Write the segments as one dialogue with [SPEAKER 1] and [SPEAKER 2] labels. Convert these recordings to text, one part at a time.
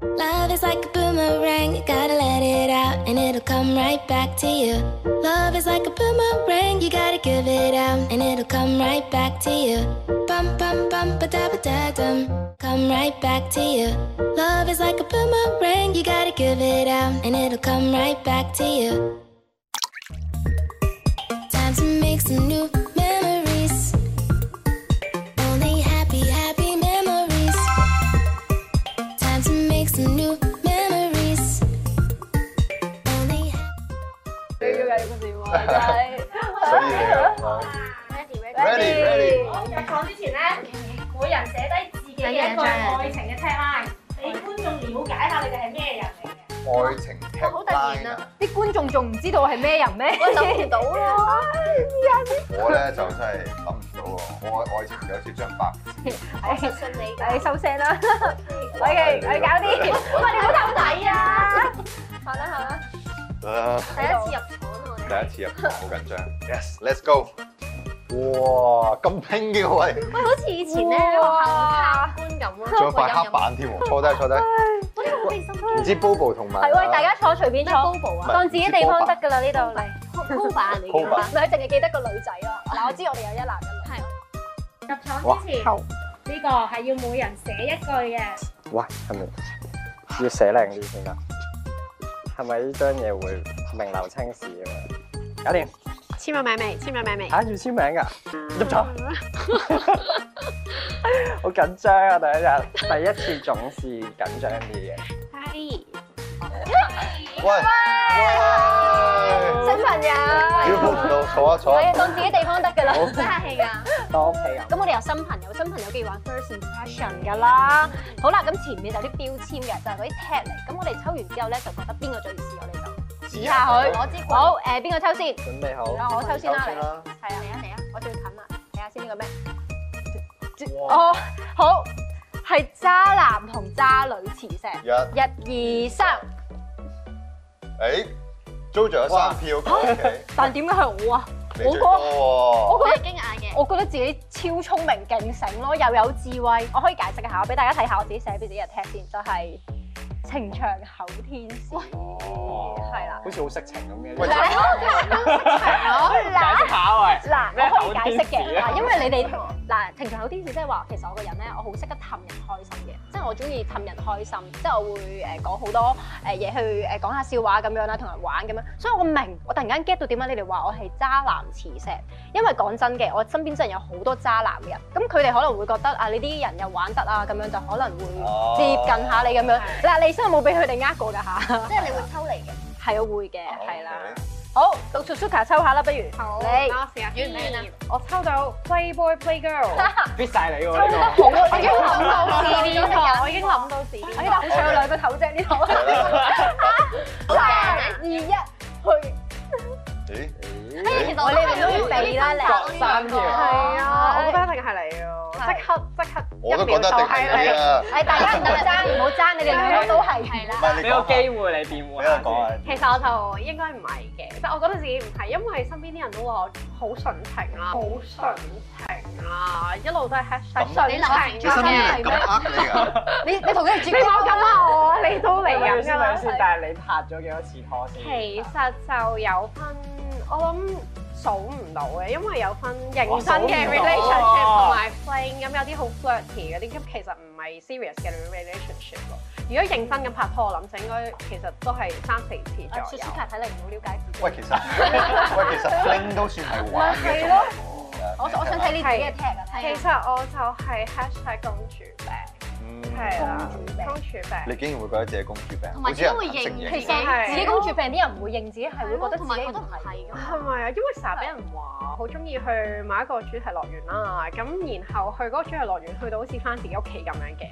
[SPEAKER 1] Love is like a boomerang, you gotta let it out and it'll come right back to you. Love is like a boomerang, you gotta give it out and it'll come right back to you. Bum bum bum ba da ba da dum, come right back to you. Love is like a boomerang, you gotta give it out and it'll come right back to you. Time to make some new memories. Only happy, happy memories. Time to make some new memories. Only happy.
[SPEAKER 2] 你要嘅個電話真係
[SPEAKER 3] 所以你啊 Ready, ready.
[SPEAKER 4] 我入廠之前咧，每人寫低自己嘅一個愛情嘅 tagline，俾觀眾了解下你哋係咩人嚟嘅。
[SPEAKER 3] 愛情 tagline 啊！
[SPEAKER 2] 啲觀眾仲唔知道我係咩人咩？我諗唔到咯，
[SPEAKER 4] 啊
[SPEAKER 3] 我咧就真係諗唔到喎，我愛情就好似張白
[SPEAKER 2] 你收聲 啦！OK，我哋搞啲，
[SPEAKER 4] 哇！你好透底啊！
[SPEAKER 3] 紙。啊第一次入廠好緊張，yes，let's go！哇，咁拼嘅喂，
[SPEAKER 5] 以前咧學校客觀咁咯，啊
[SPEAKER 3] 仲有塊黑板添喎，坐低坐低。
[SPEAKER 4] 啊
[SPEAKER 3] 唔知 Bobo 同埋
[SPEAKER 2] 係喂，大家坐隨便坐，
[SPEAKER 5] 啊
[SPEAKER 3] 唔係
[SPEAKER 2] 當自己地方得㗎啊啦呢度嚟。
[SPEAKER 5] 高版嚟
[SPEAKER 3] 高版
[SPEAKER 2] 唔係，淨係記得個女仔咯。 嗱，我知我哋有一男一女。
[SPEAKER 4] 入廠之前，呢個係要每人寫一句嘅。
[SPEAKER 6] 喂，係咪要寫靚啲先得？係咪呢張嘢會名留青史咁樣？搞掂
[SPEAKER 5] 簽咗名未？簽咗名未？嗯
[SPEAKER 6] 嚇，要簽名㗎，入咗。 好緊張啊！第一日，第一次總是緊張啲嘅。
[SPEAKER 5] 係。
[SPEAKER 3] 喂喂，
[SPEAKER 2] 新朋
[SPEAKER 3] 要
[SPEAKER 2] 友，
[SPEAKER 3] 碰到坐一坐
[SPEAKER 2] 係。啊，當自己地方得㗎啦。
[SPEAKER 6] 好，
[SPEAKER 5] 真係㗎。
[SPEAKER 6] 當屋企人。
[SPEAKER 2] 啊咁我哋有新朋友，新朋友既然玩 first impression 㗎啦。好啦，咁前面就有啲標籤嘅，就係嗰啲 tag 嚟。咁我哋抽完之後咧，就覺得邊個最意思，我哋就指下佢。我知。好，誒邊個抽先？
[SPEAKER 6] 準備
[SPEAKER 5] 哦
[SPEAKER 6] 好。
[SPEAKER 2] 啊我抽先啦
[SPEAKER 3] 先啦。
[SPEAKER 2] 係啊，嚟啊嚟啊，我最近啊，睇下先呢個咩？
[SPEAKER 3] 哇！
[SPEAKER 2] 哦，好，係渣男同渣女磁石。
[SPEAKER 3] 一，誒
[SPEAKER 2] 一、二、三，
[SPEAKER 3] ，Jojo 有三票，OK，
[SPEAKER 2] 但點解係我啊？
[SPEAKER 3] 你最多
[SPEAKER 2] 我覺得
[SPEAKER 5] 驚訝嘅。
[SPEAKER 2] 我覺得自己超聰明、勁醒咯，又有智慧。我可以解釋一下，我俾大家睇下我自己寫俾自己嘅 tag 先，就係、情場口天使，
[SPEAKER 6] 哦
[SPEAKER 2] 係啦
[SPEAKER 6] 好似好色情咁嘅。
[SPEAKER 3] 喂
[SPEAKER 2] 嗱
[SPEAKER 6] 解釋下喂。
[SPEAKER 2] 嗱，
[SPEAKER 6] 咩
[SPEAKER 2] 我可以
[SPEAKER 6] 口
[SPEAKER 2] 解
[SPEAKER 6] 天
[SPEAKER 2] 釋
[SPEAKER 6] 使
[SPEAKER 2] 嘅，
[SPEAKER 6] 啊
[SPEAKER 2] 嗱，因為你哋嗱情場口天使即係話，其實我個人咧，我好識得氹人開心嘅，即係我中意氹人開心，即係我會誒講好多誒嘢去誒講下笑話咁樣啦，同人玩咁樣，所以我明，我突然間 get 到點解你哋話我係渣男磁石，因為講真嘅，我身邊真係有好多渣男嘅人，咁佢哋可能會覺得啊，你啲人又玩得啊，咁樣就可能會
[SPEAKER 3] 哦
[SPEAKER 2] 接近下你咁樣。嗱，你真係冇俾佢哋呃過㗎嚇，
[SPEAKER 5] 即係你會抽離嘅。
[SPEAKER 2] 係我會嘅，
[SPEAKER 3] 哦
[SPEAKER 2] 係啦。好，到 Suzuka 抽下啦，不如你。
[SPEAKER 5] 我試下遠唔遠啊？
[SPEAKER 2] 我抽到 Playboy Playgirl，
[SPEAKER 6] 必晒你喎
[SPEAKER 2] 抽得
[SPEAKER 6] 呢
[SPEAKER 2] 好啊！我啊已經諗到字典我已經諗到字典我呢度好
[SPEAKER 3] 彩有兩
[SPEAKER 2] 個頭啫，呢度
[SPEAKER 3] 係啦
[SPEAKER 2] 三二一去。
[SPEAKER 3] 咦？
[SPEAKER 6] 個。
[SPEAKER 3] 咦
[SPEAKER 2] 我哋都要俾啦，你
[SPEAKER 6] 各三條。
[SPEAKER 2] 係啊
[SPEAKER 5] 我覺得一定係你啊！
[SPEAKER 2] 係哎
[SPEAKER 5] 即刻即刻
[SPEAKER 3] 我都覺得一定係你啊！
[SPEAKER 2] 係大家唔好爭，唔好爭，你哋兩個都係。係啦
[SPEAKER 3] 唔。係你
[SPEAKER 6] 俾
[SPEAKER 3] 講
[SPEAKER 6] 個
[SPEAKER 3] 下，
[SPEAKER 6] 機會你辯護
[SPEAKER 3] 俾我
[SPEAKER 6] 下
[SPEAKER 3] 講
[SPEAKER 6] 先。
[SPEAKER 3] 下。
[SPEAKER 5] 其實我就應該唔係嘅，即係我覺得自己唔係，因為身邊啲人都話我好純情啊啦，好純情啦，一路都係 hashtag 純情
[SPEAKER 3] 身邊
[SPEAKER 5] 啦。
[SPEAKER 3] 人咁呃你 㗎？
[SPEAKER 2] 你你同佢哋
[SPEAKER 5] 你
[SPEAKER 2] 絕
[SPEAKER 5] 冇咁啊我啊，你都嚟
[SPEAKER 6] 咁
[SPEAKER 5] 緊
[SPEAKER 6] 先等
[SPEAKER 5] 㗎啦。
[SPEAKER 6] 先，但係你拍咗幾多次拖先？
[SPEAKER 5] 其實就有分，我諗數唔到嘅，因為有分認真嘅
[SPEAKER 6] 哇數唔到
[SPEAKER 5] relationship 同埋 fling，咁有啲好 flirty 嗰啲，咁其實唔係 serious 嘅 relationship 咯。如果認真咁拍拖，我諗就應該其實都係三四次左右。
[SPEAKER 2] Suzuka 啊睇嚟唔好了解自己。
[SPEAKER 3] 喂，其實 喂，其實 fling 都算係玩嘅一種嚟喎。
[SPEAKER 2] 我我想睇你自己嘅 tag 啊。
[SPEAKER 5] 其實我就係 hashtag 公主病，
[SPEAKER 3] 嗯
[SPEAKER 5] 係啦，公主
[SPEAKER 3] 你
[SPEAKER 5] 病。
[SPEAKER 3] 竟然會覺得自己公主病，
[SPEAKER 7] 同
[SPEAKER 3] 好
[SPEAKER 7] 埋
[SPEAKER 3] 似人
[SPEAKER 7] 自己會認
[SPEAKER 3] 承認
[SPEAKER 2] 其
[SPEAKER 5] 實
[SPEAKER 2] 實自
[SPEAKER 5] 自
[SPEAKER 2] 己
[SPEAKER 5] 己
[SPEAKER 2] 公
[SPEAKER 5] 公
[SPEAKER 2] 主
[SPEAKER 5] 主
[SPEAKER 2] 病啲人唔會認自己係會覺得自
[SPEAKER 7] 同埋
[SPEAKER 2] 己
[SPEAKER 7] 覺
[SPEAKER 2] 唔
[SPEAKER 7] 得唔
[SPEAKER 2] 係
[SPEAKER 7] 係咁。
[SPEAKER 5] 係咪啊？因為成日俾人話好中意去買一個主題樂園啦，咁然後去嗰個主題樂園去到好似翻自己屋企咁樣嘅。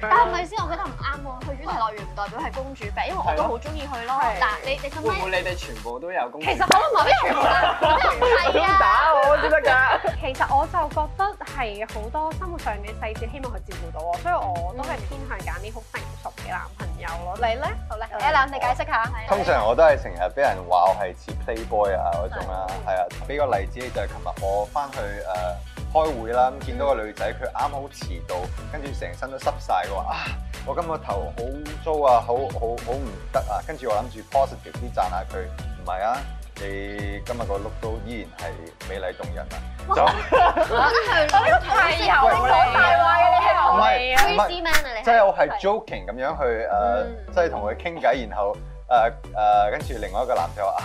[SPEAKER 7] 但係咪先？我覺得唔啱喎。去主題樂園唔代表係公主病，因為我都好中意去咯
[SPEAKER 5] 係。
[SPEAKER 7] 嗱，你你咁
[SPEAKER 6] 會唔
[SPEAKER 7] 樣
[SPEAKER 6] 會你哋全部都有公
[SPEAKER 5] 哦其實可能冇啲全部
[SPEAKER 7] 係
[SPEAKER 6] 咁
[SPEAKER 7] 啊，
[SPEAKER 6] 打我先得㗎？
[SPEAKER 5] 其實我就覺得係好多生活上嘅細節，希望佢照顧到我，所以我都係偏向揀啲好成熟嘅男朋友咯。你咧？
[SPEAKER 2] 好啦，Alan 你解釋下。
[SPEAKER 3] 通常我都係成日俾人啊話我係似 playboy 啊嗰種啦，係啊。俾個例子就係琴日我翻去誒開會啦，咁見到個女仔佢啱好遲到，跟住成身都濕晒，我話啊，我今日個頭好污糟啊，好好好唔得啊，跟住我諗住 positive 啲讚下佢，唔係啊，你今日個 look 都依然係美麗動人啊，就
[SPEAKER 5] 係有
[SPEAKER 3] 喂
[SPEAKER 5] 講大話嘅，你係
[SPEAKER 3] 唔
[SPEAKER 5] 我
[SPEAKER 3] 係
[SPEAKER 5] 啊！
[SPEAKER 3] 唔係。
[SPEAKER 7] man 啊你
[SPEAKER 3] 即係我係 joking 咁樣去
[SPEAKER 6] 嗯
[SPEAKER 3] 誒，即係同佢傾偈，然後誒誒，跟住另外一個男仔話啊，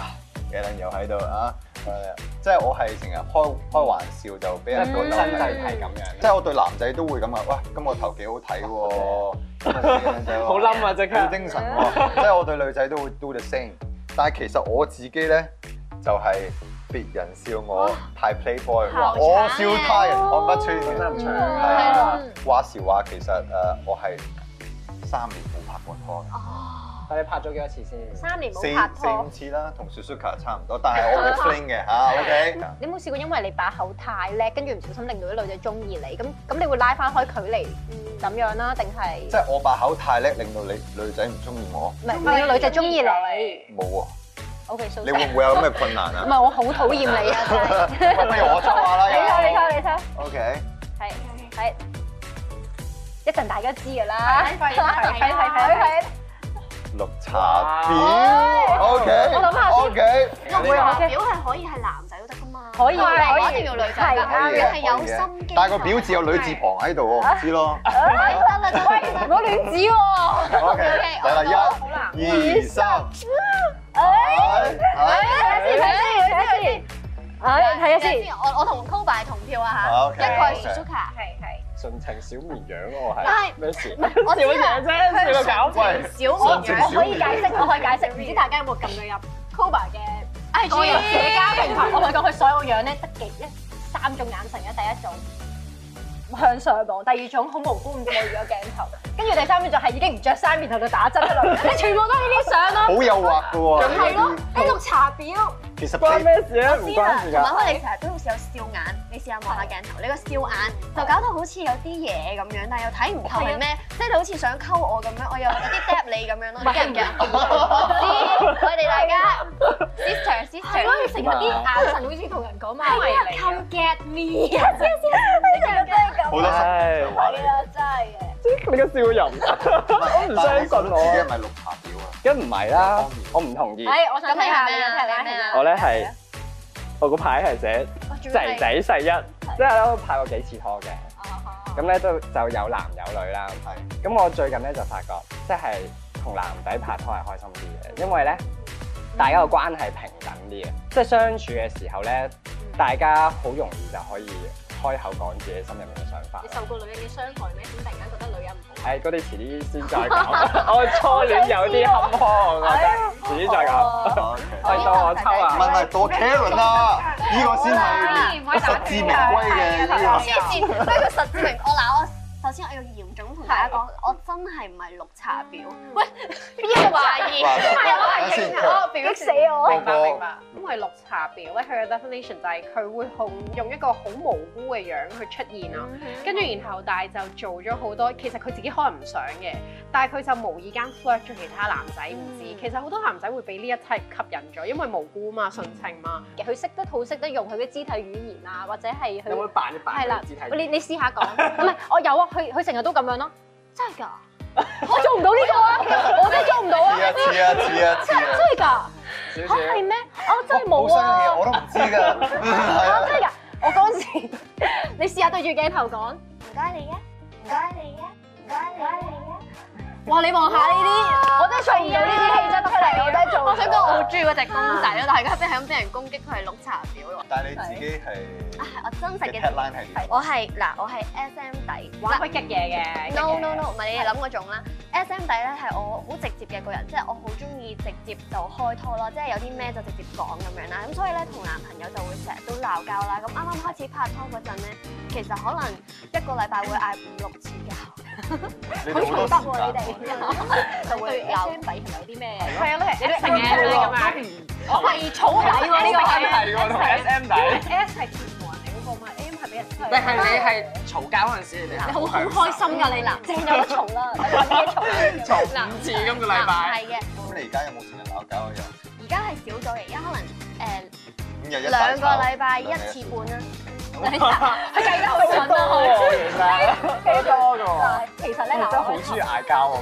[SPEAKER 3] 野撚又喺度啊，誒，即係我係成日開開玩笑就俾人覺得
[SPEAKER 6] 嗯真係係咁樣
[SPEAKER 3] 即係我對男仔都會咁啊，喂，今個頭幾好睇喎，今個死靚仔喎
[SPEAKER 6] 好冧啊！即
[SPEAKER 3] 好
[SPEAKER 6] 刻
[SPEAKER 3] 精神 喎，即係我對女仔都會 do the same，但係其實我自己咧就係、別人笑
[SPEAKER 2] 哦
[SPEAKER 3] 我太 playboy，話我笑他人看不穿，真係唔
[SPEAKER 2] 嗯
[SPEAKER 3] 長。係啊，話時話其實誒我係三年冇拍過拖嘅，
[SPEAKER 6] 但你拍咗幾多次先？
[SPEAKER 2] 三年哦冇拍
[SPEAKER 3] 四四
[SPEAKER 2] 拖
[SPEAKER 3] 五。次啦，同 Suzuka 差唔多，但係 我好 fling 嘅嚇，OK。
[SPEAKER 2] 你有冇試過因為你把口太叻，跟住唔小心令到啲女仔中意你？咁咁你會拉翻開距離咁樣啦，定係
[SPEAKER 3] 即係我把口太叻，令到你女仔唔中意我，
[SPEAKER 2] 唔係令到女仔中意你
[SPEAKER 3] 冇喎。
[SPEAKER 2] ？OK，蘇
[SPEAKER 3] 你會唔會有咩困難
[SPEAKER 2] 唔
[SPEAKER 3] 啊？
[SPEAKER 2] 係我好討厭 你啊！真係。
[SPEAKER 3] 不如我抽下啦。
[SPEAKER 2] 你抽你抽你抽，
[SPEAKER 3] OK。
[SPEAKER 2] 係係。一陣大家知㗎啦，睇睇睇睇睇，
[SPEAKER 3] 綠茶婊，OK，
[SPEAKER 2] 哎我諗下先
[SPEAKER 3] OK，
[SPEAKER 2] 會啊
[SPEAKER 7] 表係可以係男仔都得噶嘛？
[SPEAKER 2] 可以
[SPEAKER 7] 唔係
[SPEAKER 2] 可
[SPEAKER 7] 一
[SPEAKER 2] 以
[SPEAKER 7] 定要女仔
[SPEAKER 2] 係
[SPEAKER 7] 㗎，
[SPEAKER 2] 啱
[SPEAKER 7] 你
[SPEAKER 2] 嘅
[SPEAKER 7] 係有心機。
[SPEAKER 3] 但係個表字有女字旁喺度喎，
[SPEAKER 2] 啊
[SPEAKER 3] 我唔知 咯。
[SPEAKER 7] 得啦，得啦。
[SPEAKER 2] 唔好亂指喎。
[SPEAKER 3] OK，
[SPEAKER 7] OK，
[SPEAKER 3] 嚟啦，一、二、三，
[SPEAKER 2] 睇
[SPEAKER 3] 哎哎
[SPEAKER 2] 下先，睇下先，唉，睇下先。，
[SPEAKER 7] 我我同 Kobe 同票
[SPEAKER 3] 好
[SPEAKER 7] 啊
[SPEAKER 3] À, ，OK，
[SPEAKER 7] 嚇，一個係
[SPEAKER 3] 好
[SPEAKER 7] Suzuka。
[SPEAKER 6] 純情小綿羊咯，我係。
[SPEAKER 7] 但係
[SPEAKER 6] 咩事？
[SPEAKER 7] 我
[SPEAKER 5] 啊
[SPEAKER 7] 知啦，
[SPEAKER 6] 啫，笑到搞
[SPEAKER 3] 喂，
[SPEAKER 2] 小我
[SPEAKER 3] 我
[SPEAKER 2] 我可以解釋，我可以解釋，唔知大家有冇撳到入 Koba 嘅
[SPEAKER 7] I
[SPEAKER 2] 所有社交平台？我同你講，佢所有樣咧得幾一三種眼神嘅，第一種向上望，第二種好無辜咁望住個鏡頭，跟住第三種就係已經唔着衫，然後就打針喺度，你全部都係呢啲相
[SPEAKER 3] 好
[SPEAKER 2] 咯，
[SPEAKER 3] 誘惑嘅喎。
[SPEAKER 2] 係咯，你綠茶婊，
[SPEAKER 6] 其實關咩事啊咧？唔關事
[SPEAKER 7] 同埋
[SPEAKER 6] 㗎。
[SPEAKER 7] 可能你成日都好似有笑眼，你試下望下鏡頭，你個笑眼就搞到好似有啲嘢咁樣，但係又睇唔透
[SPEAKER 2] 啊
[SPEAKER 7] 係咩，即係你好似想溝我咁樣，我又有啲 d 你咁 樣
[SPEAKER 2] 啊
[SPEAKER 7] 咯，驚唔驚？我知，我哋大家 sister
[SPEAKER 2] 係咯，你
[SPEAKER 7] sister，
[SPEAKER 6] 啊
[SPEAKER 2] 成日啲眼神好似同人講
[SPEAKER 7] 啊
[SPEAKER 2] 嘛，
[SPEAKER 5] 為你
[SPEAKER 2] come get me 啊，你成日都係
[SPEAKER 3] 好
[SPEAKER 2] 咁
[SPEAKER 3] 多心
[SPEAKER 6] 唉
[SPEAKER 3] 想話你，
[SPEAKER 2] 啊，真係嘅。
[SPEAKER 6] 你個笑容，我唔
[SPEAKER 3] 但係
[SPEAKER 6] 相
[SPEAKER 3] 你覺得
[SPEAKER 6] 信
[SPEAKER 3] 自己係
[SPEAKER 6] 我。
[SPEAKER 3] 咪綠茶 婊啊？
[SPEAKER 6] 梗唔係啦，我唔同意。
[SPEAKER 2] 哎，我想
[SPEAKER 7] 咁你
[SPEAKER 2] 睇下
[SPEAKER 7] 係
[SPEAKER 2] 你
[SPEAKER 7] 咩
[SPEAKER 2] 嘅
[SPEAKER 7] 啊？
[SPEAKER 2] 睇
[SPEAKER 7] 你係
[SPEAKER 2] 咩
[SPEAKER 7] 咩
[SPEAKER 2] 啊？
[SPEAKER 7] 啊？
[SPEAKER 6] 我咧係，我個牌係寫仔仔細一，即係咧我拍過幾次拖嘅。咁咧都就有男有女啦。
[SPEAKER 3] 係
[SPEAKER 6] 咁我最近咧就發覺，即係同男仔拍拖係開心啲嘅，因為咧大家個關係平等啲嘅，即係相處嘅時候咧，大家好容易就可以開口講自己心入面嘅想法
[SPEAKER 2] 你。受過女人嘅傷害咩？點突然間覺得女人唔好？
[SPEAKER 6] 誒，嗰啲遲啲先再講。 我初戀有啲坎坷，我覺得遲啲再講。
[SPEAKER 3] ，OK。
[SPEAKER 6] 喂，當 我抽
[SPEAKER 3] 唔係
[SPEAKER 6] 啊！
[SPEAKER 3] 唔係，到 Karen 啦，呢個先係實至名歸嘅
[SPEAKER 2] 啊
[SPEAKER 3] 呢
[SPEAKER 7] 啊黐線，不過實至名我嗱我。首先我要嚴重同大家講，我真係唔係綠茶婊。
[SPEAKER 2] 嗯
[SPEAKER 7] 喂，邊個懷
[SPEAKER 3] 個。
[SPEAKER 7] 疑？
[SPEAKER 3] 哇
[SPEAKER 2] 啊
[SPEAKER 5] 我
[SPEAKER 3] 等
[SPEAKER 5] 係
[SPEAKER 3] 先
[SPEAKER 5] 認我表示我明白
[SPEAKER 3] 我
[SPEAKER 5] 明白，因為綠茶婊咧，佢嘅 definition 就係佢會好用一個好無辜嘅樣去出現
[SPEAKER 7] 嗯
[SPEAKER 5] 咯，跟住然後但係就做咗好多，其實佢自己可能唔想嘅，但係佢就無意間 flirt 咗其他男仔唔知，其實好多男仔會俾呢一 type 吸引咗，因為無辜嘛、純情嘛，
[SPEAKER 2] 佢識得好識得用佢嘅肢體語言啊，或者係
[SPEAKER 6] 有
[SPEAKER 2] 佢
[SPEAKER 6] 冇扮一扮？
[SPEAKER 2] 係啦
[SPEAKER 6] 肢體，
[SPEAKER 2] 你你試下 講，唔係我有啊，佢佢成日都咁樣咯，
[SPEAKER 7] 真 係㗎？
[SPEAKER 2] 我做唔到呢個啊，我真係做唔到啊，
[SPEAKER 3] 似啊似啊似啊似啊
[SPEAKER 2] 真！係㗎，嚇
[SPEAKER 6] 少少。
[SPEAKER 2] 係咩？我真係
[SPEAKER 3] 好
[SPEAKER 2] 冇
[SPEAKER 3] 新嘅，
[SPEAKER 2] 啊，
[SPEAKER 3] 我都唔知㗎。係
[SPEAKER 2] 啊
[SPEAKER 3] 啊
[SPEAKER 2] 真係㗎，我嗰陣時， 你試下對住鏡頭講，
[SPEAKER 7] 唔該你啊，唔該你啊，唔該你啊。
[SPEAKER 2] 哇你望下呢啲，我真係做唔到呢啲氣質出嚟，我真啊係做唔到。
[SPEAKER 7] 我想講我好中意嗰隻公仔咯，但 係而家俾係咁俾人攻擊佢係綠茶婊咯。
[SPEAKER 3] 但係你自己係
[SPEAKER 7] 我真實
[SPEAKER 3] 嘅
[SPEAKER 7] 嘅，
[SPEAKER 3] headline 係點？
[SPEAKER 7] 我係嗱，我係 S M 底。
[SPEAKER 5] 玩開激嘢嘅。
[SPEAKER 7] No no no，唔係你哋諗嗰種啦。S M 底咧係我好直接嘅個人，即係我好中意直接就開拖啦，即係有啲咩就直接講咁樣啦。咁所以咧同男朋友就會成日都鬧交啦。咁啱啱開始拍拖嗰陣咧，其實可能一個禮拜會嗌五六次嘅，
[SPEAKER 3] 你哋好多時間喎。
[SPEAKER 7] 就會
[SPEAKER 2] 對 S
[SPEAKER 7] 有
[SPEAKER 2] M 底係咪有啲咩？
[SPEAKER 5] 係啊，你係 S 型嘅咁樣。
[SPEAKER 2] 我係草底喎呢個係。
[SPEAKER 6] 係喎，同 S M 底。
[SPEAKER 5] S 係全部人嚟嗰個嘛，M 係俾人推。
[SPEAKER 6] 但係你係嘈交嗰陣時，你哋
[SPEAKER 2] 你好好開心㗎你嗱，正有得嘈啦，有嘢嘈啦
[SPEAKER 6] 嘈五次今個禮
[SPEAKER 7] 男
[SPEAKER 6] 拜，
[SPEAKER 7] 係嘅。
[SPEAKER 3] 咁你而家有冇成日鬧交啊？又
[SPEAKER 7] 而家係少咗嘅，而家可能誒
[SPEAKER 3] 五日一大
[SPEAKER 7] 兩個
[SPEAKER 3] 吵
[SPEAKER 7] 禮拜一次半啦。
[SPEAKER 3] OK,
[SPEAKER 2] 等一下佢計得好準 啊！
[SPEAKER 6] 幾多
[SPEAKER 2] 佢
[SPEAKER 6] 㗎喎
[SPEAKER 2] 嗱，其實咧
[SPEAKER 6] 真
[SPEAKER 2] 嗱，
[SPEAKER 6] 係好
[SPEAKER 2] 我
[SPEAKER 6] 中意嗌交喎。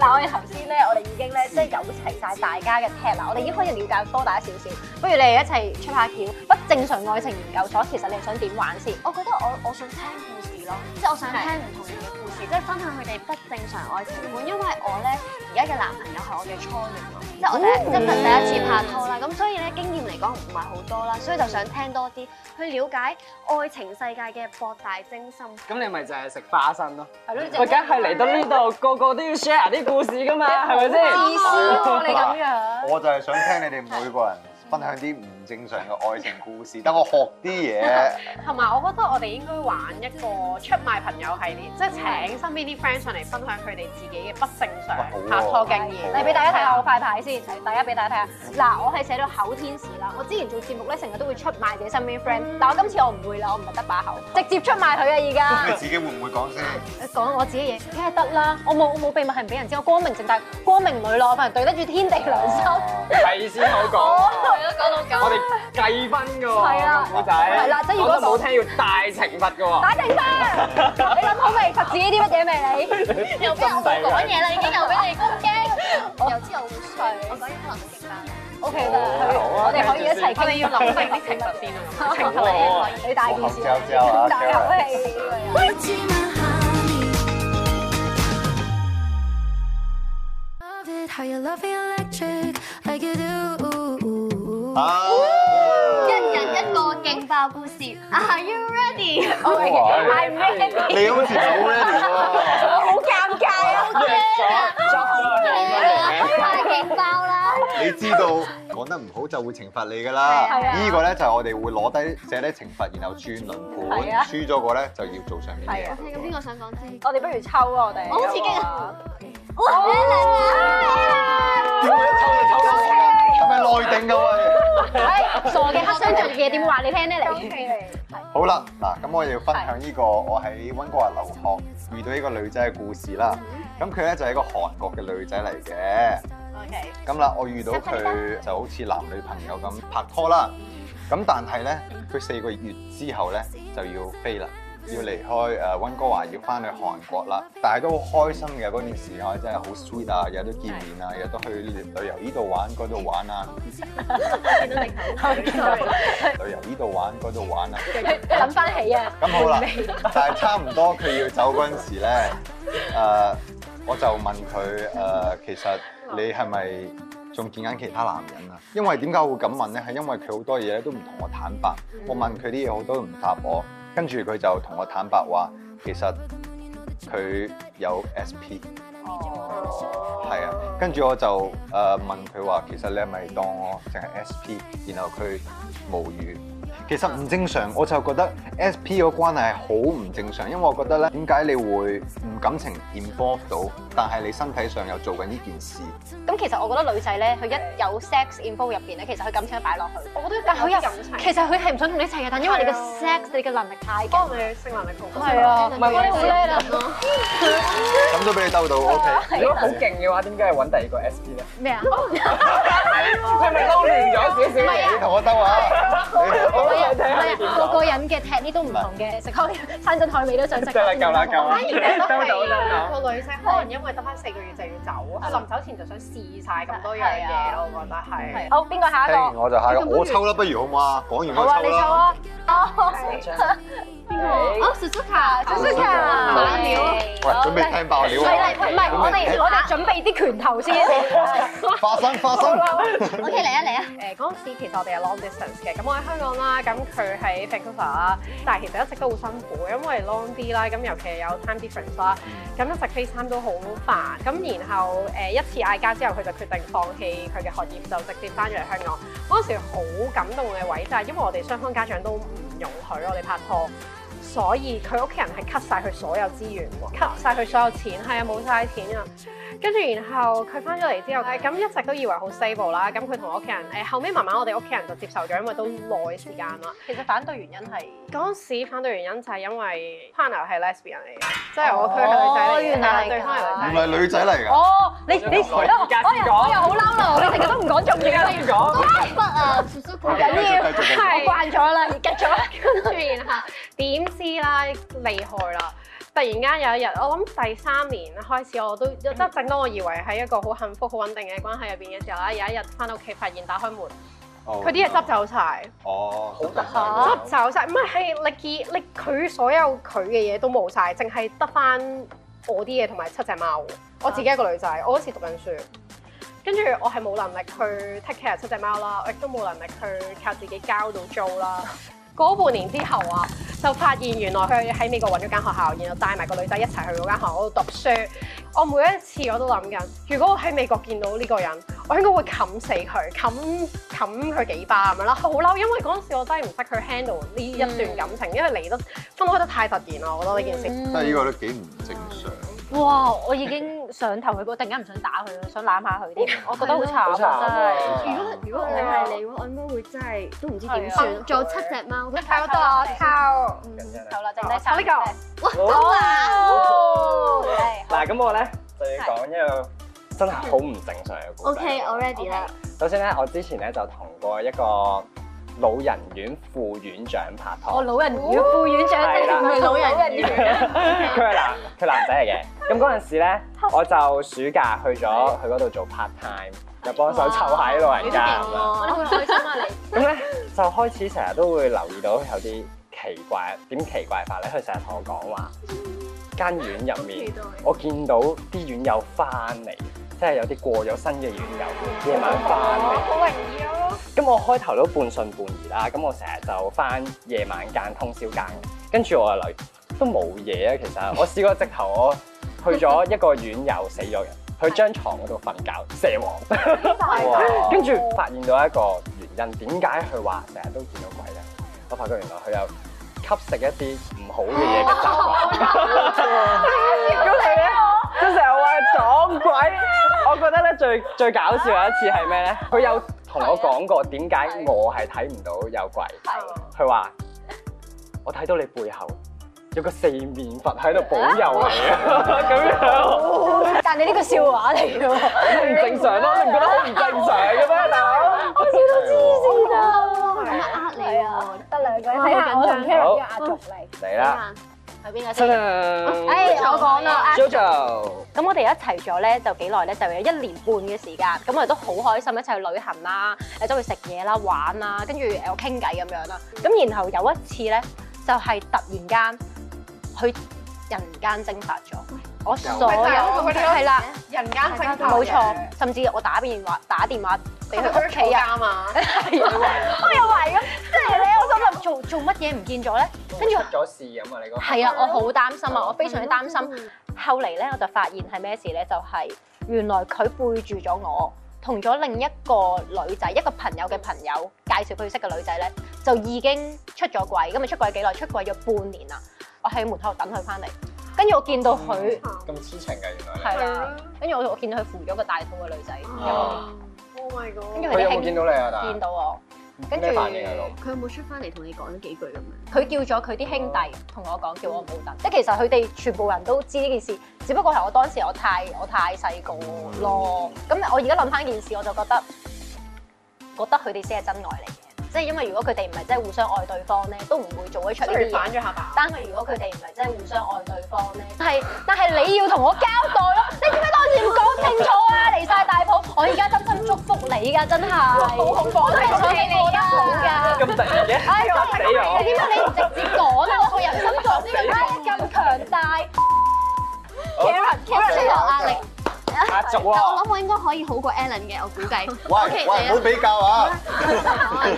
[SPEAKER 2] 嗱，我哋頭先咧，我哋已經咧，即係有齊晒大家嘅 tag 啦，我哋已經可以了解多大家少少。不如你哋一齊出下橋，不正常愛情研究所，其實你哋想點玩先？
[SPEAKER 7] 我覺得我我想聽故事咯，即係我想聽唔同人嘅故事，即係分享佢哋不正常愛情觀。因為我咧而家嘅男朋友係我嘅初戀咯，即係我第
[SPEAKER 2] 哦
[SPEAKER 7] 一即係第一次拍拖啦。咁所以咧經驗嚟講唔係好多啦，所以就想聽多啲去了解愛情世界嘅博大精深。
[SPEAKER 6] 咁你咪就係食花生咯。
[SPEAKER 2] 係咯，你
[SPEAKER 6] 我梗係嚟到呢度，個個都要 share 啲故事㗎嘛，係咪先？
[SPEAKER 2] 意思喎，你咁樣。
[SPEAKER 3] 我就係想聽你哋每個人分享啲唔正常嘅愛情故事，等我學啲嘢。
[SPEAKER 5] 同埋我覺得我哋應該玩一個出賣朋友系列，即係請身邊啲 friend 上嚟分享佢哋自己嘅不正常
[SPEAKER 3] 喂好
[SPEAKER 5] 拍
[SPEAKER 3] 啊
[SPEAKER 5] 拖經驗。
[SPEAKER 2] 嚟俾大家睇下我塊牌先，嚟大家俾大家睇下。嗱，我係寫到口天使啦。我之前做節目咧，成日都會出賣自己身邊 friend，但我今次我唔會啦，我唔係得把口，直接出賣佢啊！而家
[SPEAKER 3] 你自己會唔會講先？
[SPEAKER 2] 講我自己嘢，梗係得啦。我冇我冇秘密係唔俾人知，我光明正大，光明磊落，我份人對得住天地良心。
[SPEAKER 6] 係先好講。我哋計分㗎喎，
[SPEAKER 2] 係啊
[SPEAKER 6] 古仔。
[SPEAKER 2] 係啦即係如果
[SPEAKER 6] 講得唔好聽要大懲罰㗎 喎。
[SPEAKER 2] 打定分，你諗好未？及自己啲乜嘢 未？你
[SPEAKER 7] 又俾我講嘢啦，已經又俾你攻 擊，又知我會衰，我講嘢可能會激翻。
[SPEAKER 2] O K
[SPEAKER 6] 好
[SPEAKER 2] 啦，
[SPEAKER 6] 啊
[SPEAKER 2] 我哋可以一齊
[SPEAKER 5] 我哋
[SPEAKER 2] 傾
[SPEAKER 5] 要諗定啲懲罰先啊！咁樣
[SPEAKER 6] 好啊
[SPEAKER 2] 你大件事啦，
[SPEAKER 3] 我口罩罩啊
[SPEAKER 2] 大口氣嚟啊
[SPEAKER 1] But you're my honey. Love it how you love me electric like you do.
[SPEAKER 3] 啊！
[SPEAKER 7] 一人一個
[SPEAKER 2] 嗯
[SPEAKER 7] 勁爆故事，Are you ready？
[SPEAKER 3] 哇
[SPEAKER 2] 係咩？
[SPEAKER 3] 你好似好 ready 喎，
[SPEAKER 2] 好尷尬啊！
[SPEAKER 6] 約咗，作咗兩個
[SPEAKER 7] 太勁爆啦！
[SPEAKER 3] 你知道講得唔好就會懲罰你㗎啦。
[SPEAKER 2] 係啊
[SPEAKER 3] 呢個咧就係我哋會攞低寫低懲罰，然後轉輪盤
[SPEAKER 2] 係啊，
[SPEAKER 3] 輸咗個咧就要做上面嘅
[SPEAKER 2] 係啊
[SPEAKER 3] 嘢。
[SPEAKER 7] 咁邊個想講先？
[SPEAKER 2] 我哋不如抽啊！我哋
[SPEAKER 7] 我好刺激啊！哇！
[SPEAKER 2] 好啊！
[SPEAKER 3] 點解抽就抽到我㗎？係咪內定㗎啊喂？
[SPEAKER 2] 唉傻嘅黑箱做嘢點話你聽呢？你
[SPEAKER 3] 好啦，嗱，咁我要分享呢個我喺温哥華留學遇到呢個女仔嘅故事啦。咁佢咧就係一個韓國嘅女仔嚟嘅。
[SPEAKER 5] 啊
[SPEAKER 3] 咁啦，我遇到佢就好似男女朋友咁拍拖啦。咁但係咧，佢四個月之後咧就要飛啦，要離開誒温哥華，要翻去韓國啦。但係都好開心嘅嗰段時間，我真係好 sweet 啊，日日都見面啊，日日都去旅遊呢度玩嗰度玩啊，旅遊呢度玩嗰度玩啊。
[SPEAKER 2] 諗翻起啊！
[SPEAKER 3] 咁好啦，但係差唔多佢要走嗰陣時咧，誒、我就問佢誒、其實你係咪仲見緊其他男人啊？因為點解我會咁問咧？係因為佢好多嘢咧都唔同我坦白，我問佢啲嘢好多都唔答我，跟住佢就同我坦白話，其實佢有 SP。係啊，跟住我就誒、問佢話，其實你係咪當我淨係 SP？然後佢無語。其實唔正常，我就覺得 SP 個關係係好唔正常，因為我覺得咧，點解你會唔感情 involve 到，但係你身體上又做緊呢件事？
[SPEAKER 2] 咁其實我覺得女仔咧，佢一有 sex info 入邊咧，其實佢感情都擺落去。
[SPEAKER 5] 我覺得
[SPEAKER 2] 但
[SPEAKER 5] 但
[SPEAKER 2] 佢
[SPEAKER 5] 佢
[SPEAKER 2] 又
[SPEAKER 5] 有感情，
[SPEAKER 2] 其實佢係唔想同你一齊嘅，但因為你嘅
[SPEAKER 5] 係啊
[SPEAKER 2] sex 你嘅能力太
[SPEAKER 5] 可
[SPEAKER 2] 高。
[SPEAKER 5] 能你性能力好。
[SPEAKER 2] 係啊，
[SPEAKER 6] 唔係
[SPEAKER 2] 我哋好叻啦。
[SPEAKER 3] 咁都俾你兜到，OK？
[SPEAKER 6] 如果好勁嘅話，點解要揾第二個 SP 咧？
[SPEAKER 2] 咩啊？
[SPEAKER 6] 佢咪撈亂咗少少
[SPEAKER 3] 你同我兜啊！你
[SPEAKER 6] 我
[SPEAKER 2] 係
[SPEAKER 6] 想睇下你點
[SPEAKER 2] 啊個
[SPEAKER 6] 講。
[SPEAKER 2] 個人嘅 technique 都唔同嘅，食開山珍海味都想食。
[SPEAKER 6] 真係夠啦夠啦
[SPEAKER 5] 反而 咧都係啊個女仔可能因為得翻四個月就要走，佢臨走前就想試晒咁多樣嘢咯，我覺得啊係。
[SPEAKER 2] 好，邊個下一
[SPEAKER 3] 聽完
[SPEAKER 2] 個？
[SPEAKER 3] 我就下一個，哎我抽啦，不如好唔好啊？講完
[SPEAKER 2] 啊好
[SPEAKER 3] 我
[SPEAKER 2] 啊，你
[SPEAKER 3] 抽
[SPEAKER 2] 抽
[SPEAKER 3] 啦。
[SPEAKER 2] 啊！哦
[SPEAKER 6] 邊
[SPEAKER 7] 哦，Suzuka，
[SPEAKER 2] ，Jessica，
[SPEAKER 7] 馬料
[SPEAKER 3] 喂，準備聽爆料
[SPEAKER 2] 係啦，
[SPEAKER 3] 啊！
[SPEAKER 2] 唔係我哋我哋準備啲拳頭先。
[SPEAKER 3] 哎發生發生，
[SPEAKER 7] ，OK 嚟啊嚟啊！
[SPEAKER 5] 誒嗰陣時其實我哋係 long distance 嘅，咁我喺香港啦，咁佢喺 Vancouver 啦，但係其實一直都好辛苦，因為 long 啲啦，咁尤其係有 time difference 啦，咁一直 FaceTime 都好煩，咁然後誒、一次嗌交之後，佢就決定放棄佢嘅學業，就直接翻咗嚟香港。嗰陣時好感動嘅位就係因為我哋雙方家長都唔容許我哋拍拖。所以佢屋企人係 cut 晒佢所有資源喎，cut 晒佢所有錢，係啊冇晒錢啊。跟住然後佢翻咗嚟之後，咁一直都以為好 stable 啦。咁佢同屋企人誒後尾慢慢我哋屋企人就接受咗，因為都耐時間啦。
[SPEAKER 2] 其實反對原因係。
[SPEAKER 5] 嗰陣時反對原因就係因哦為 partner 係 lesbian 嚟嘅，即係我佢係女仔
[SPEAKER 2] 哦
[SPEAKER 5] 嚟嘅，
[SPEAKER 2] 原來係
[SPEAKER 5] 對方係
[SPEAKER 3] 唔
[SPEAKER 5] 女仔嚟嘅。
[SPEAKER 3] 係女仔嚟㗎。
[SPEAKER 2] 哦，你你
[SPEAKER 6] 我而家先講
[SPEAKER 2] 我又好嬲啦！我哋成日都唔講重
[SPEAKER 6] 而
[SPEAKER 2] 點
[SPEAKER 6] 家先講。
[SPEAKER 7] 不啊，叔叔
[SPEAKER 2] 唔緊要，係慣咗啦，而家咗啦。
[SPEAKER 5] 跟住然後 點知啦，厲害啦！突然間有一日，我諗第三年開始，我都即係正當我以為喺一個好幸福、好穩定嘅關係入邊嘅時候啦，有一日翻到屋企發現打開門，佢啲嘢執走晒，
[SPEAKER 3] 哦，好得
[SPEAKER 2] 啊
[SPEAKER 5] 執走晒，唔係係你見你佢所有佢嘅嘢都冇晒，淨係得翻我啲嘢同埋七隻貓。我自己一個女仔，我嗰時讀緊書。跟住我係冇能力去 take care 七隻貓啦，我亦都冇能力去靠自己交到租啦。嗰半年之後啊，就發現原來佢喺美國揾咗間學校，然後帶埋個女仔一齊去嗰間學校嗰度讀書。我每一次我都諗緊，如果我喺美國見到呢個人，我應該會冚死佢，冚冚佢幾巴咁樣啦。好嬲，因為嗰陣時我真係唔識去 handle 呢一段感情，因為嚟得分開得太突然
[SPEAKER 2] 啊
[SPEAKER 5] 啦，我覺得呢件事。
[SPEAKER 3] 真係呢個都幾唔正常。
[SPEAKER 2] 哇！我已經上頭佢，我突然間唔想打佢啦，想攬下佢添。我覺得好慘
[SPEAKER 6] 好慘啊
[SPEAKER 2] 啊，真係。
[SPEAKER 7] 如果如果你係你，我應該會真係都唔知點算，仲有七隻貓都
[SPEAKER 5] 睇好多啊，靠！
[SPEAKER 2] 好啦，剩低三
[SPEAKER 5] 我呢個
[SPEAKER 6] 好
[SPEAKER 2] 哦
[SPEAKER 6] 嗱，咁我咧就要講一個真係好唔正常嘅故事。
[SPEAKER 7] OK，我 ready 啦。
[SPEAKER 6] 首先咧，我之前咧就同過一個老人院副院長拍拖。
[SPEAKER 2] 我老人院
[SPEAKER 5] 哦
[SPEAKER 2] 副院長即係唔係老人院。
[SPEAKER 6] 佢係男，佢男仔 嚟嘅。咁嗰陣時咧，我就暑假去咗佢嗰度做 part time，就幫手湊下啲老人家咁樣。
[SPEAKER 2] 我哋會開心啊你。
[SPEAKER 6] 咁咧就開始成日都會留意到有啲奇怪，點奇怪法咧？佢成日同我講話，間院入面我見到啲院友翻嚟，即係有啲過咗身嘅院友夜晚翻嚟。
[SPEAKER 5] 好榮耀咯！
[SPEAKER 6] 咁我開頭都半信半疑啦，咁我成日就翻夜晚間通宵間，跟住我就留意都冇嘢啊。其實我試過直頭我去咗一個院友死咗嘅，去張床嗰度瞓覺蛇王，
[SPEAKER 3] 哇！
[SPEAKER 6] 跟住發現到一個原因，點解佢話成日都見到鬼咧？我發覺原來佢有吸食一啲唔好嘅嘢嘅習 慣，咁佢咧都成日話撞鬼。我覺得咧最最搞笑有一次係咩咧？佢有同我講過點解我係睇唔到有鬼。佢話：我睇到你背後有個四面佛喺度保佑你啊！咁樣
[SPEAKER 2] 但你呢個笑話嚟㗎喎。
[SPEAKER 6] 好唔正常咯，你唔覺得好唔正常嘅咩，大佬？
[SPEAKER 2] 我笑到黐線啊！
[SPEAKER 7] 咁啊呃你啊！
[SPEAKER 2] 得兩個人睇下我同
[SPEAKER 6] Ờ.
[SPEAKER 2] Karen 嘅壓軸嚟。
[SPEAKER 6] 嚟啦，
[SPEAKER 2] 係邊個
[SPEAKER 6] 真
[SPEAKER 2] 先？
[SPEAKER 6] 係
[SPEAKER 2] 誒，我講啦，壓軸
[SPEAKER 6] JoJo。
[SPEAKER 2] 咁我哋一齊咗咧就幾耐咧，就有一年半嘅時間。咁我哋都好開心，一齊去旅行啦，誒走去食嘢啦、玩啦，跟住誒我傾偈咁樣啦。咁然後有一次咧，就係、突然間佢人間蒸發咗，我所有
[SPEAKER 5] 咪就係嗰個
[SPEAKER 2] 係啦，
[SPEAKER 5] 人間蒸發
[SPEAKER 2] 冇錯，甚至我打電話打電話俾佢屋企人。
[SPEAKER 5] 啊嘛，
[SPEAKER 2] 係啊我又懷疑，即係咧，我心諗做做乜嘢唔見咗咧？跟住
[SPEAKER 6] 咗事咁啊！你個
[SPEAKER 2] 係啊，我好擔心啊，我非常之擔心。後嚟咧，我就發現係咩事咧？就係、原來佢背住咗我，同咗另一個女仔，一個朋友嘅朋友介紹佢識嘅女仔咧，就已經出咗軌。咁啊，出軌幾耐？出軌咗半年啦。我喺門口等佢翻嚟，跟住我見到佢
[SPEAKER 6] 咁痴情嘅原來
[SPEAKER 2] 係啦，跟住我我見到佢扶咗個大肚嘅女仔，
[SPEAKER 6] 你。哦
[SPEAKER 5] Oh my god！
[SPEAKER 2] 跟住
[SPEAKER 6] 佢有
[SPEAKER 2] 佢
[SPEAKER 6] 冇見
[SPEAKER 2] 哋
[SPEAKER 6] 到你啊？但
[SPEAKER 2] 見到我，跟住
[SPEAKER 6] 咩反應啊？老
[SPEAKER 7] 佢有冇出翻嚟同你講咗幾句咁樣？
[SPEAKER 2] 佢叫咗佢啲兄弟同我講，叫我唔好等。即係其實佢哋全部人都知呢件事，只不過係我當時我太我太細個咯。咁我而家諗翻件事，我就覺得覺得佢哋先係真愛嚟嘅。即係因為如果佢哋唔係真係互相愛對方咧，都唔會做得出呢啲嘢。
[SPEAKER 5] 咗下吧。
[SPEAKER 2] 但係如果佢哋唔係真係互相愛對方咧，係但係你要同我交代咯。你點解當時唔講清楚啊？離晒大譜，我而家真心祝福你㗎，真係好恐怖，我真係想你過得好㗎。
[SPEAKER 6] 咁突然嘅，
[SPEAKER 2] 哎呀
[SPEAKER 6] 嚇死我！
[SPEAKER 2] 你點解你唔直接講咧？我個人心臟呢個拉咁強大，Karen，Karen
[SPEAKER 7] 有壓力，
[SPEAKER 6] 壓軸
[SPEAKER 7] 但我
[SPEAKER 6] 喎，
[SPEAKER 7] 諗我應該可以好過 Alan 嘅，我估 計。
[SPEAKER 3] 喂喂，唔好比較啊！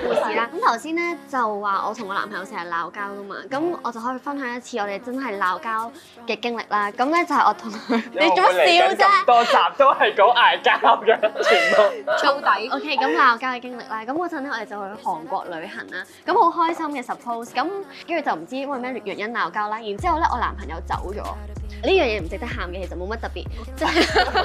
[SPEAKER 7] 故事啦。咁頭先咧就話我同我男朋友成日鬧交噶嘛，咁我就可以分享一次我哋真係鬧交嘅經歷啦。咁咧就係我同佢，你做乜笑啫？
[SPEAKER 6] 多集都係講嗌交嘅，全部。
[SPEAKER 2] 到底
[SPEAKER 7] O.K. 咁鬧交嘅經歷啦，咁嗰陣咧我哋就去韓國旅行啦，咁好開心嘅 suppose，咁跟住就唔知因為咩原因鬧交啦，然之後咧我男朋友走咗，呢樣嘢唔值得喊嘅，其實冇乜特別，即係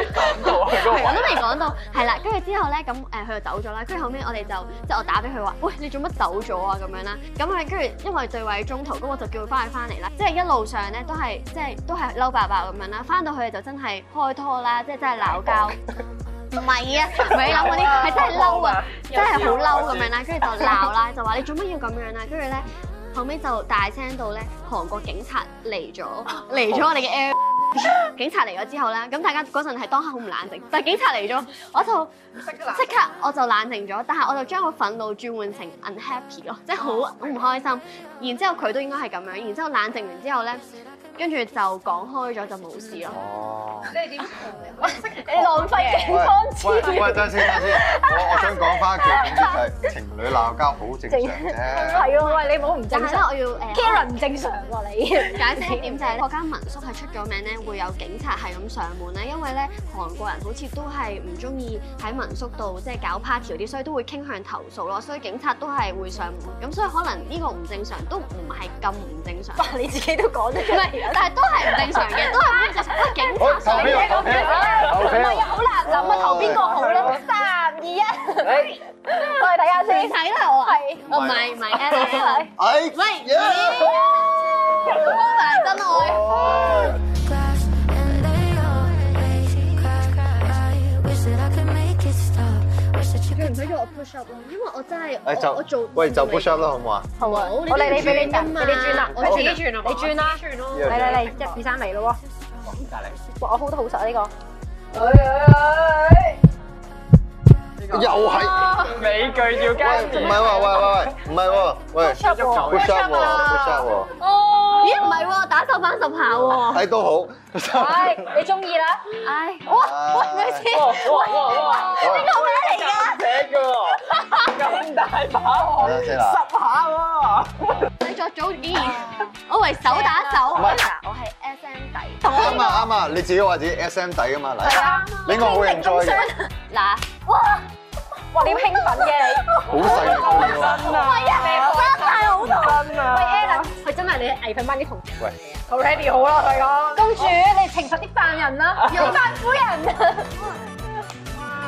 [SPEAKER 6] 未講到
[SPEAKER 3] 佢都
[SPEAKER 7] 我都未講到，係啦，跟住之後咧，咁誒佢就走咗啦。跟住後尾我哋就即係我打俾佢話，喂，你做乜走咗啊？咁樣啦，咁佢跟住因為對位中途，咁我就叫佢翻去翻嚟啦。即係一路上咧都係即係都係嬲爆爆咁樣啦。翻到去就真係開拖啦，即係真係鬧交。唔 係啊，唔係你諗嗰啲，係真係嬲啊，真係好嬲咁樣啦。跟住就鬧啦，就話你做乜要咁樣啦？跟住咧後尾就大聲到咧，韓國警察嚟 咗，嚟咗我哋嘅 air。警察嚟咗之後咧，咁大家嗰陣係當刻好唔冷 靜，但係警察嚟咗，我就即刻我就冷靜咗，但係我就將個憤怒轉換成 unhappy 咯，即係好好唔開心。然之後佢都應該係咁樣，然之後冷靜完之後咧，跟住就講開咗就冇事咯。
[SPEAKER 3] 哦。
[SPEAKER 2] 你浪費
[SPEAKER 3] 喂
[SPEAKER 2] 警方資
[SPEAKER 3] 喂
[SPEAKER 2] 源。
[SPEAKER 3] 喂，等陣先，等陣先。我我想講翻一句，總之就係情侶鬧交好正常啫。
[SPEAKER 2] 係喎，喂，你冇唔
[SPEAKER 7] 但
[SPEAKER 2] 正
[SPEAKER 7] 係
[SPEAKER 2] 常
[SPEAKER 7] 咧，我要呃誒。
[SPEAKER 2] ，Karen 唔正常喎你。
[SPEAKER 7] 解釋一點就係咧，嗰間民宿係出咗名咧，會有警察係咁上門咧，因為咧韓國人好似都係唔中意喺民宿度即係搞 party 嗰啲，所以都會傾向投訴咯，所以警察都係會上門，咁所以可能呢個唔正常都唔係咁唔正常，
[SPEAKER 2] 你自己都講得出
[SPEAKER 7] 唔係，但係都係唔正常嘅，都係唔正常，都警
[SPEAKER 3] 好，
[SPEAKER 7] 察
[SPEAKER 3] 投
[SPEAKER 7] 上
[SPEAKER 3] 票，投票，投票。
[SPEAKER 2] 好難諗啊，投邊個好咧？三二一，我哋睇下
[SPEAKER 7] 你
[SPEAKER 2] 先。
[SPEAKER 7] 睇啦我啊，
[SPEAKER 2] 係，
[SPEAKER 7] 哦唔係唔係 Alex，
[SPEAKER 3] 哎，
[SPEAKER 7] 喂
[SPEAKER 3] 耶！
[SPEAKER 7] 真愛。
[SPEAKER 3] 哦
[SPEAKER 1] glass and they always cry. I wish that I could make it stop. Wish that you
[SPEAKER 7] 佢唔
[SPEAKER 1] could.
[SPEAKER 7] 使叫我 push up 咯，因為我真
[SPEAKER 3] 誒
[SPEAKER 7] 係
[SPEAKER 3] 就
[SPEAKER 7] 我我做
[SPEAKER 3] 喂就 push up 啦，好唔好啊？
[SPEAKER 2] 好啊，
[SPEAKER 7] 好你
[SPEAKER 2] 我哋你俾你
[SPEAKER 7] 轉啊
[SPEAKER 2] 轉，
[SPEAKER 7] 嘛
[SPEAKER 2] 俾你轉啦，
[SPEAKER 7] 我
[SPEAKER 2] 佢
[SPEAKER 5] 自己轉啊嘛
[SPEAKER 2] 你轉啦，轉咯。嚟嚟嚟，一二三嚟咯喎。哇，我 hold 得好實啊呢個。
[SPEAKER 3] 又係，
[SPEAKER 6] 美句要加
[SPEAKER 3] 喂唔係喎，喂喂喂，唔係喎，喂
[SPEAKER 2] Push up 喎
[SPEAKER 3] ，push up 喎，push up 喎，
[SPEAKER 7] 咦唔係喎，打手板十下喎，
[SPEAKER 3] 睇都好，push up。
[SPEAKER 2] 唉，你中意啦？
[SPEAKER 7] 唉。
[SPEAKER 3] 哇，喂咪先，哇哇哇，呢個
[SPEAKER 6] 咁大把
[SPEAKER 3] 咩嚟㗎？等陣先啦，
[SPEAKER 7] 你作早啲， 我為手打手。
[SPEAKER 3] 唔係
[SPEAKER 7] 我係 S M 底。
[SPEAKER 3] 啱啊啱啊，你自己話自己 S M 底啊嘛，
[SPEAKER 2] 係
[SPEAKER 3] 嗱，
[SPEAKER 2] 啊。
[SPEAKER 3] 你我好 enjoy 嘅，
[SPEAKER 7] 嗱，
[SPEAKER 2] 哇，你興奮嘅你。
[SPEAKER 3] 好細力喎，
[SPEAKER 2] 啊
[SPEAKER 5] 啊
[SPEAKER 2] 喂 a l a 佢真係你危訓班啲同學。
[SPEAKER 3] 喂，
[SPEAKER 2] 好 ready 好啦，佢講。公主，你懲罰啲犯人啦，啲犯夫人。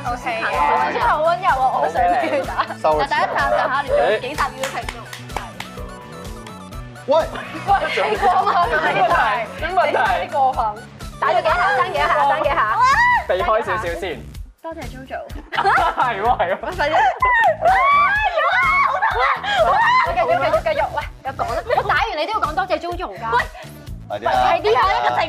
[SPEAKER 5] O K
[SPEAKER 2] 公主好温柔啊，我都想俾佢打。
[SPEAKER 3] 收
[SPEAKER 7] 嗱第一集就
[SPEAKER 3] 啦，
[SPEAKER 7] 考你做幾集要題目。
[SPEAKER 3] 喂，
[SPEAKER 2] 喂，你過分，
[SPEAKER 6] 啲問題
[SPEAKER 2] 你過分。打咗幾下，爭幾下，爭幾下。
[SPEAKER 6] 避開少少先。
[SPEAKER 7] 多謝 JoJo。
[SPEAKER 6] 係喎係喎，
[SPEAKER 2] 繼續繼續繼續，喂，又講啦！我打完你都要講多謝 JoJo 㗎。喂，
[SPEAKER 3] 快啲啊，
[SPEAKER 2] 呢個係一個成